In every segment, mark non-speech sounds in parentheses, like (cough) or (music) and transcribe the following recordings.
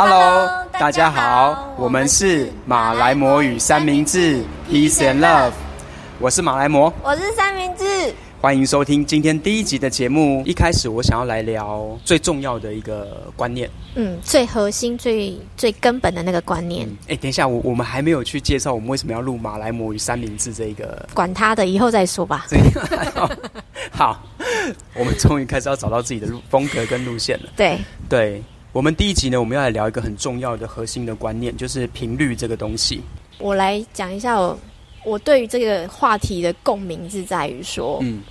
Hello，大大家家好好，我们是马来魔语三明治 Peace and Love，我是马来魔，我是三明治，欢迎收听今天第一集的节目。一开始我想要来聊最重要的一个观念，嗯，最核心、最最根本的那个观念，嗯，哎，等一下，我我们还没有去介绍我们为什么要录马来魔语三明治这一个 (laughs) 管他的，以后再说吧。这 (laughs) 一个。好，我们终于开始要找到自己的路风格跟路线了。对，对我们第一集呢，我们要来聊一个很重要的核心的观念，就是频率这个东西。我来讲一下我我对于这个话题的共鸣是在于说，嗯，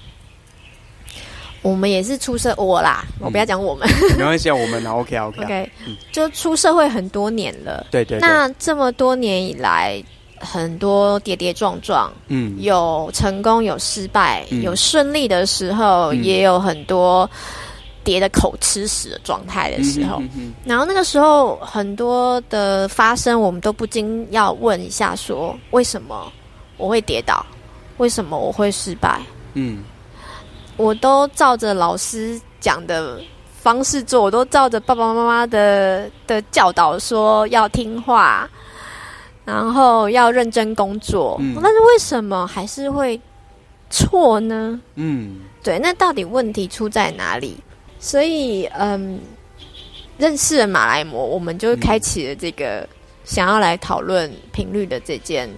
我们也是出社我啦，我不要讲我们、没关系啊，我们啊 OK 啊 OK 啊，OK，、嗯就出社会很多年了，对对对，那这么多年以来，很多跌跌撞撞，嗯有成功，有失败，嗯有顺利的时候，嗯也有很多跌的口吃屎的状态的时候。嗯哼然后那个时候很多的发生，我们都不禁要问一下说：为什么我会跌倒？为什么我会失败？嗯我都照着老师讲的方式做，我都照着爸爸妈妈的的教导说要听话，然后要认真工作。嗯但是为什么还是会错呢？嗯对，那到底问题出在哪里？所以，嗯，认识了马来魔，我们就开嗯启了这个、想要来讨论频率的这件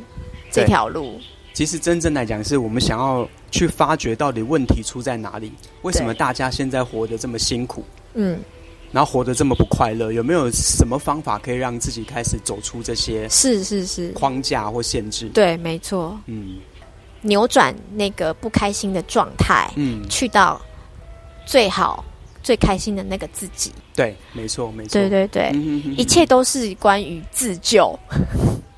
这条路。嗯，其实真正来讲，是我们想要去发掘到底问题出在哪里，为什么对大家现在活得这么辛苦，嗯，然后活得这么不快乐？有没有什么方法可以让自己开始走出这些是是是，框架或限制？对，没错，嗯扭转那个不开心的状态，嗯，去到最好、最开心的那个自己。对，没错没错，对对对，嗯哼哼一切都是关于自救， (laughs)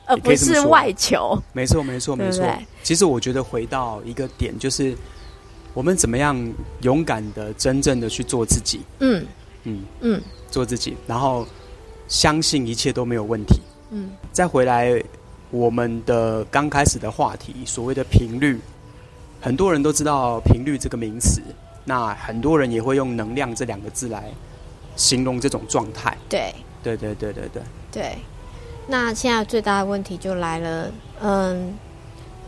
而也可不以这么是说外求。没错，没错，对没不错对。其实我觉得回到一个点，就是我们怎么样勇敢的、真正的去做自己，嗯嗯，嗯做自己，然后相信一切都没有问题。嗯再回来我们的刚开始的话题，所谓的频率，很多人都知道频率这个名词，那很多人也会用能量这两个字来形容这种状态。对。对对对对对，对，那现在最大的问题就来了，嗯，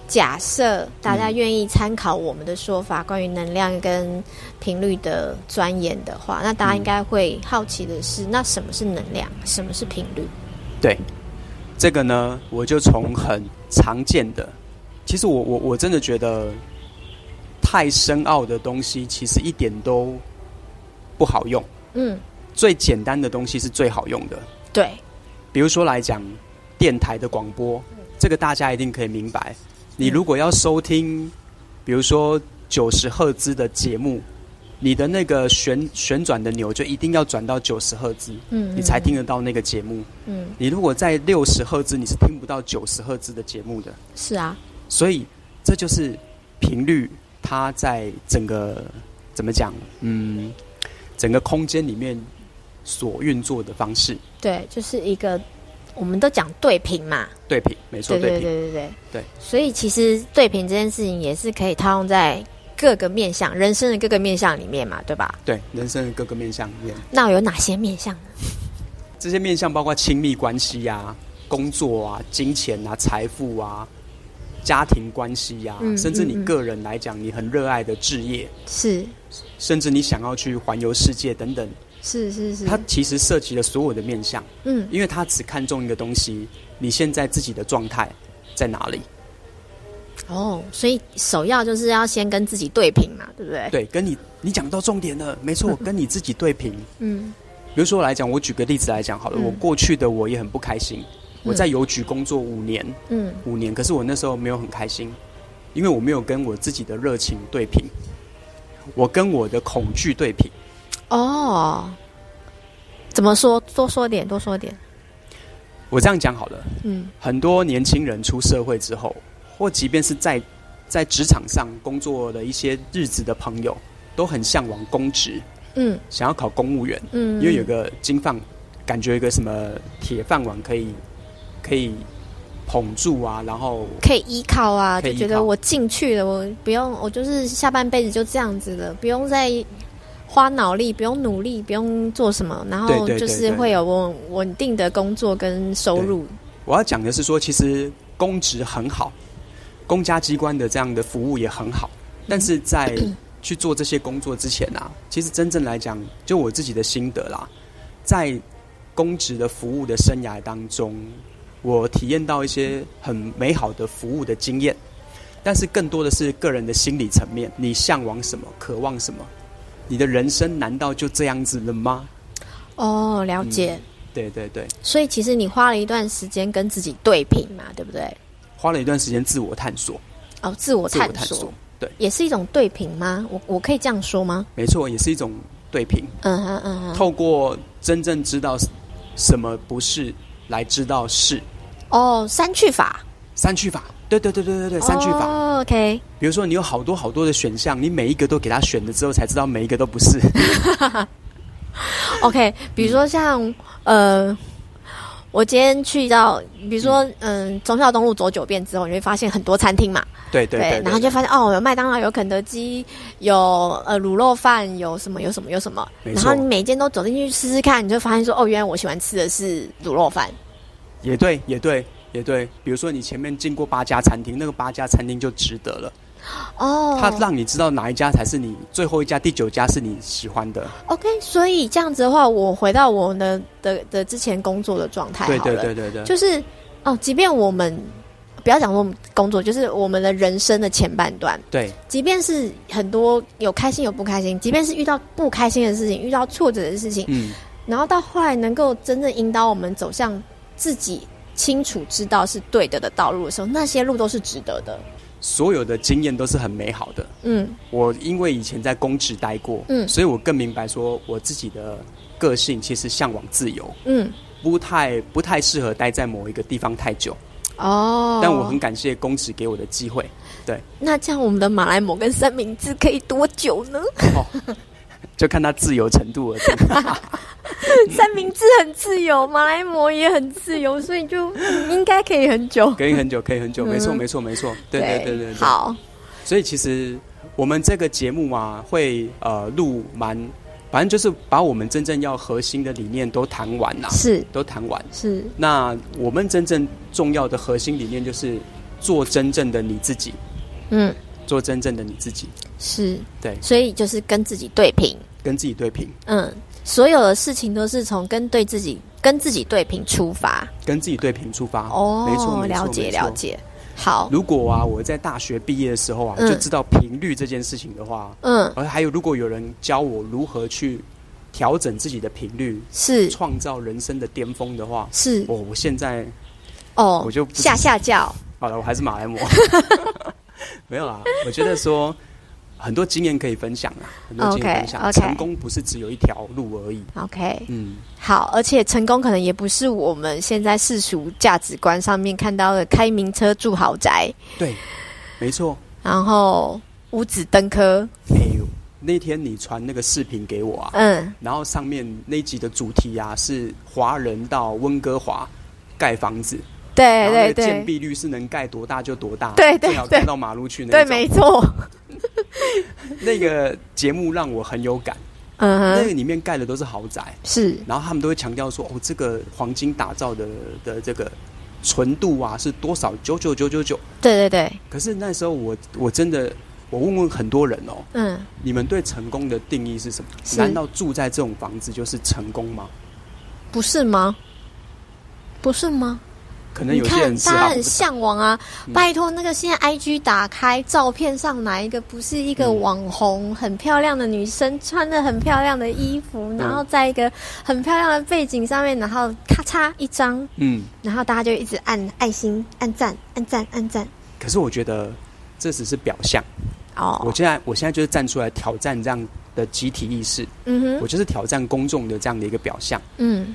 假设大家嗯愿意参考我们的说法，关于能量跟频率的钻研的话，那大家应该会好奇的是，那什么是能量，什么是频率？这个呢，我就从很常见的，其实我我我真的觉得太深奥的东西，其实一点都不好用。嗯，最简单的东西是最好用的，对，比如说来讲电台的广播，这个大家一定可以明白。你嗯如果要收听，比如说九十赫兹的节目，你的那个旋旋转的钮就一定要转到九十赫兹，嗯，你才听得到那个节目。嗯，嗯，你如果在六十赫兹，你是听不到九十赫兹的节目的。是啊，所以这就是频率，它在整个怎么讲，嗯，整个空间里面所运作的方式。对，就是一个我们都讲对频嘛，对频，没错，对对对对频，对对对，所以其实对频这件事情也是可以套用在各个面向，人生的各个面向里面嘛，对吧？对人生的各个面向里面，那有哪些面向呢？这些面向包括亲密关系呀、工作啊、金钱啊、财富啊、家庭关系呀、嗯甚至你嗯嗯个人来讲，你很热爱的置业，是甚至你想要去环游世界等等，是是是，它其实涉及了所有的面向。嗯因为他只看重一个东西，你现在自己的状态在哪里？哦，所以首要就是要先跟自己对平嘛，对不对？对，跟你你讲到重点了，没错，跟你自己对平。嗯比如说我来讲，我举个例子来讲好了，嗯我过去的我也很不开心，我在邮局工作五年，嗯五年，可是我那时候没有很开心，因为我没有跟我自己的热情对平，我跟我的恐惧对平。哦，怎么说？多说点，多说点。我这样讲好了，嗯很多年轻人出社会之后，或即便是在在职场上工作的一些日子的朋友，都很向往公职，嗯想要考公务员，嗯，因为有个金饭，感觉有个什么铁饭碗可以可以捧住啊，然后可以依靠啊，可以就依靠觉得我进去了，我不用，我就是下半辈子就这样子了，不用再花脑力，不用努力，不用做什么，然后对对对就是会有稳稳定的工作跟收入。我要讲的是说，其实公职很好，公家机关的这样的服务也很好，但是在去做这些工作之前啊，其实真正来讲，就我自己的心得啦，在公职的服务的生涯当中，我体验到一些很美好的服务的经验，但是更多的是个人的心理层面，你向往什么，渴望什么，你的人生难道就这样子了吗？哦，了嗯解。对对对，所以其实你花了一段时间跟自己对平嘛，对不对？花了一段时间自我探索，哦，自我自探我探索。也是一种对平吗？我我可以这样说吗？没错，也是一种对平。嗯哼嗯哼。透过真正知道什么不是，来知道是哦，删去法，三去法。对对对对对对，三去法。哦、OK，比如说，你有好多好多的选项，你每一个都给它选了之后，才知道每一个都不 (laughs) 是。 OK，比如说像、呃，我今天去到，比如说嗯、忠孝东路走九遍之后，你会发现很多餐厅嘛，对对对然后就发现哦，有麦当劳，有肯德基，有呃卤肉饭，有什么有什么有什么，没然错后你每间都走进去试试看，你就发现说哦，原来我喜欢吃的是卤肉饭，也对也对也对。比如说，你前面进过八家餐厅，那个八家餐厅就值得了，哦，它让你知道哪一家才是你最后一家，第九家是你喜欢的。 OK，所以这样子的话，我回到我的的的之前工作的状态好对了，对对对对，就是哦，即便我们不要讲说我们工作，就是我们的人生的前半段，对即便是很多有开心有不开心，即便是遇到不开心的事情，遇到挫折的事情，嗯，然后到后来能够真正引导我们走向自己清楚知道是对的的道路的时候，那些路都是值得的。所有的经验都是很美好的。嗯，我因为以前在公职待过，嗯所以我更明白说我自己的个性其实向往自由，嗯，不太不太适合待在某一个地方太久。哦，但我很感谢公职给我的机 (laughs) 会。那这样我们的马来貘跟三明治可以多久呢？哦 (laughs) 就看他自由程度 (laughs) 而定。三明治很自由，马来貘也很自由，所以就嗯应该可以很久。可以很久，可以很久，没错，嗯没错，没错，对对对对对。好，所以其实我们这个节目啊，会呃录蛮，反正就是把我们真正要核心的理念都谈完啦，是都谈完。是，那我们真正重要的核心理念就是做真正的你自己，嗯，做真正的你自己，是，对所以就是跟自己对平，跟自己对平，嗯，所有的事情都是从跟对自己、跟自己对平出发。跟自己对平出发。哦，没错，没错了解没错了解。好，如果啊，我在大学毕业的时候啊，嗯就知道频率这件事情的话，嗯，而还有如果有人教我如何去调整自己的频率，是创造人生的巅峰的话，是我我现在哦我，就不知下下教，好了，我还是马来 (laughs) 模。 (laughs) 没有啦，我觉得说很多经验可以分享啊，很多经验分享 OK，OK 成功不是只有一条路而已。 OK，嗯，好，而且成功可能也不是我们现在世俗价值观上面看到的开名车、住豪宅，对，没错。然后五子登科，哎呦，那天你传那个视频给我啊，嗯，然后上面那一集的主题啊是华人到温哥华盖房子，然对后那对个建对，蔽率是能盖多大就多大，对对最好对盖到马路去那对，种没错，那个节目让我很有感，嗯那哼，个里面盖的都是豪宅，是然后他们都会强调说，哦，这个黄金打造的的这个纯度啊是多少九九九九九。对对对，可是那时候我我真的我问问很多人哦，嗯，你们对成功的定义是什么？是难道住在这种房子就是成功吗？不是吗？不是吗？可能你有些看，人是大家啊，很向往啊！嗯拜托，那个现在 IG 打开照片上哪一个不是一个嗯网红，很漂亮的女生，穿着很漂亮的衣服，嗯然后在一个很漂亮的背景上面，然后咔嚓一张，嗯。然后大家就一直按爱心、按赞、按赞、按赞。可是我觉得这只是表象。我哦，现在我现在就是站出来挑战这样的集体意识，嗯我哼，就是挑战公众的这样的一个表象。嗯，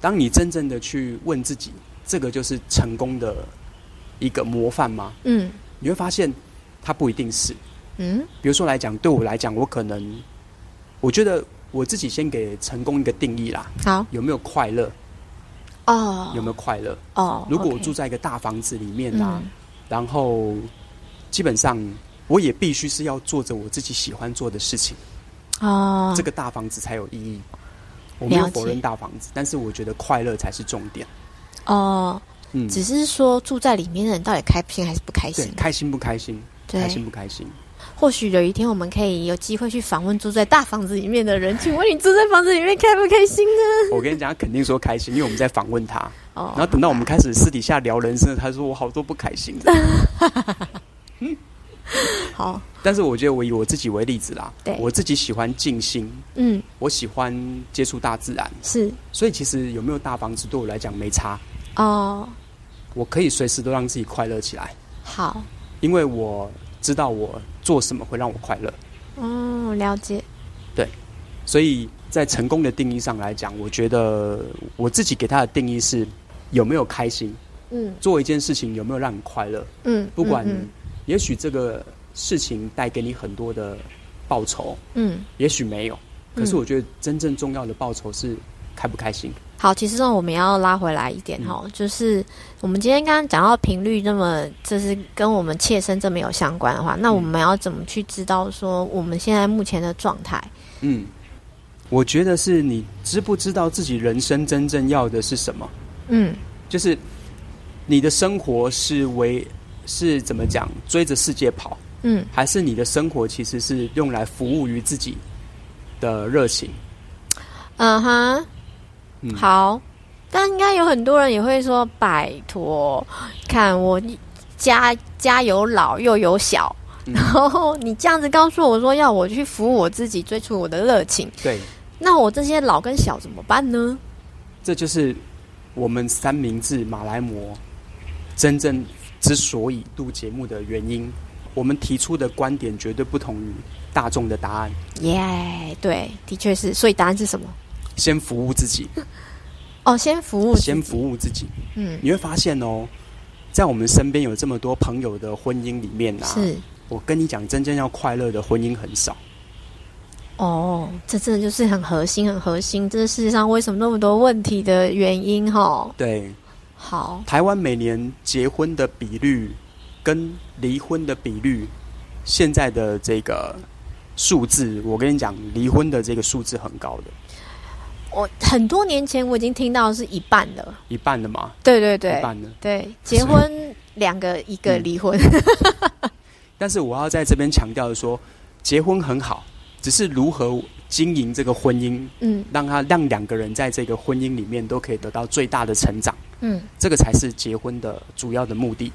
当你真正的去问自己，这个就是成功的一个模范吗？嗯，你会发现，它不一定是。嗯，比如说来讲，对我来讲，我可能我觉得我自己先给成功一个定义啦，好，有没有快乐？哦，有没有快乐？哦，如果我 OK 住在一个大房子里面啊，嗯，然后基本上我也必须是要做着我自己喜欢做的事情。哦这，个大房子才有意义。我没有了解否认大房子，但是我觉得快乐才是重点。哦，嗯，只是说住在里面的人到底开心还是不开对心，？开心不开心，对，开心不开心？或许有一天我们可以有机会去访问住在大房子里面的人，请问你住在房子里面开不开心呢？我跟你讲，他肯定说开心，因为我们在访问他。哦，然后等到我们开始私底下聊人生，他说我好多不开心的。 (laughs) 好，但是我觉得我以我自己为例子啦对，我自己喜欢静心，嗯，我喜欢接触大自然，是所以其实有没有大房子对我来讲没差，哦，我可以随时都让自己快乐起来，好，因为我知道我做什么会让我快乐。嗯，了解，所以在成功的定义上来讲，我觉得我自己给他的定义是有没有开心，嗯做一件事情有没有让你快乐，嗯，不管嗯也许这个事情带给你很多的报酬，嗯，嗯也许没有，可是嗯我觉得真正重要的报酬是开不开心。好，其实呢，我们要拉回来一点嗯哈、就是我们今天刚刚讲到频率那么，就是跟我们切身这么有相关的嗯话，那我们要怎么去知道说我们现在目前的状态？嗯，我觉得是你知不知道自己人生真正要的是什么，嗯，就是你的生活是为是怎么讲追着世界跑，嗯，还是你的生活其实是用来服务于自己的热情？嗯哼，嗯好，但应该有很多人也会说，拜托，看我家家有老又有小，嗯然后你这样子告诉我说要我去服务我自己，追求我的热情，对，那我这些老跟小怎么办呢？这就是我们三明治马来貘真正之所以录节目的原因。我们提出的观点绝对不同于大众的答案。耶、对，的确是，所以答案是什么？先服务自己，哦，先服务，先，服务自己。嗯，你会发现哦，在我们身边有这么多朋友的婚姻里面啊，是，我跟你讲，真正要快乐的婚姻很少。哦，这真的就是很核心，很核心，这是世界上为什么那么多问题的原因哈。对，好，台湾每年结婚的比率跟离婚的比率，现在的这个数字，我跟你讲，离婚的这个数字很高的，我很多年前我已经听到是一半了。一半了嘛，对对一对半了。对，结婚两个一个嗯离婚， (laughs) 但是我要在这边强调的说，结婚很好，只是如何经营这个婚姻，嗯让他让两个人在这个婚姻里面都可以得到最大的成长。嗯这个才是结婚的主要的目的。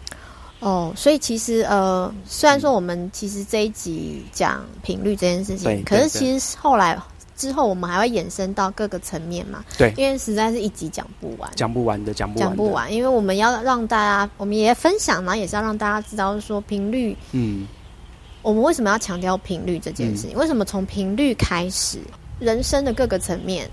哦，所以其实呃，虽然说我们其实这一集讲频率这件事对情，可是对其实后来之后我们还会延伸到各个层面嘛，对因为实在是一集讲不完。讲不完的，讲不完讲的，不完，因为我们要让大家，我们也分享，然后也是要让大家知道说频率，嗯， (laughs) 我们为什么要强调频率这件事情？为什么从频率开始，人生的各个层面，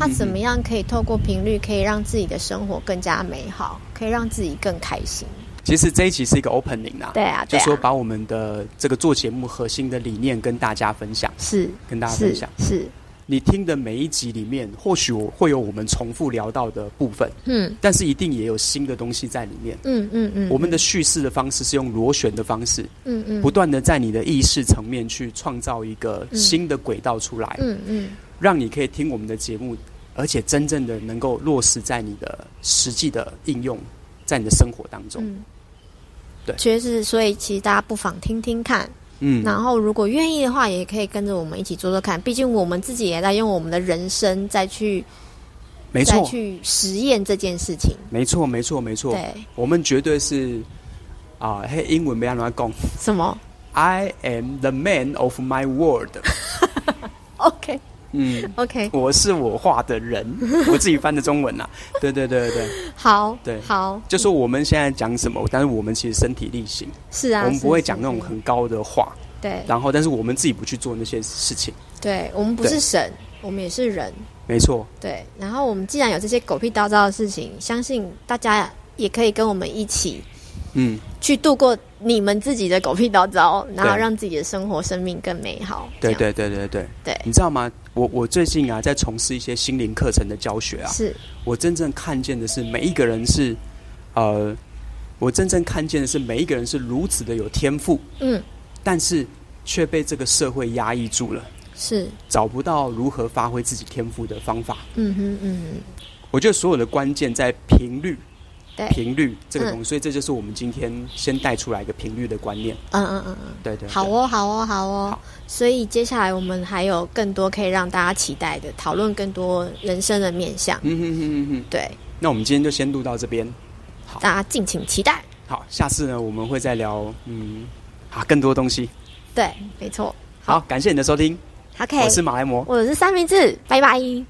他怎么样可以透过频率，可以让自己的生活更加美好，可以让自己更开心？其实这一集是一个 opening 啦，对啊，就对啊，说把我们的这个做节目核心的理念跟大家分享，是跟大家分是享。是，你听的每一集里面，或许我会有我们重复聊到的部分，嗯但是一定也有新的东西在里面。嗯嗯嗯，我们的叙事的方式是用螺旋的方式，嗯嗯不断的在你的意识层面去创造一个嗯新的轨道出来，嗯嗯让你可以听我们的节目，而且真正的能够落实在你的实际的应用，在你的生活当中。嗯，对确实，所以其实大家不妨听听看，嗯然后如果愿意的话，也可以跟着我们一起做做看，毕竟我们自己也在用我们的人生再去没再错，去实验这件事情。没错，没错，没错。对，我们绝对是啊，嘿、英文不要乱讲。什么 (laughs) I am the man of my world。 ？OK 嗯， OK，我是我画的人，我自己翻的中文啦、啊对对对对对，好，对好，就说我们现在讲什么，但是我们其实身体力行，是啊，我们是不会是讲那种是很高的话，对然后但是我们自己不去做那些事情。对，我们不对是神，我们也是人。没错，对，然后我们既然有这些狗屁叨叨的事情，相信大家也可以跟我们一起嗯。去度过你们自己的狗屁叨叨，然后对让自己的生活、生命更美好。对这样对对对对对你知道吗？我我最近啊，在从事一些心灵课程的教学啊，是，我真正看见的是每一个人是，呃，我真正看见的是每一个人是如此的有天赋，嗯，但是却被这个社会压抑住了。是，找不到如何发挥自己天赋的方法。嗯哼，嗯，我觉得所有的关键在频率，对频率这个东西，所以这就是我们今天先带出来一个频率的观念。嗯嗯嗯嗯，对对对好哦，好哦，好哦。好所以接下来我们还有更多可以让大家期待的，讨论更多人生的面向。嗯哼哼哼哼，对，那我们今天就先录到这边。大家敬请期待。好，下次呢我们会再聊，嗯，啊更多东西。对，没错。好，感谢你的收听， OK，我是马来魔。我是三明治，拜拜。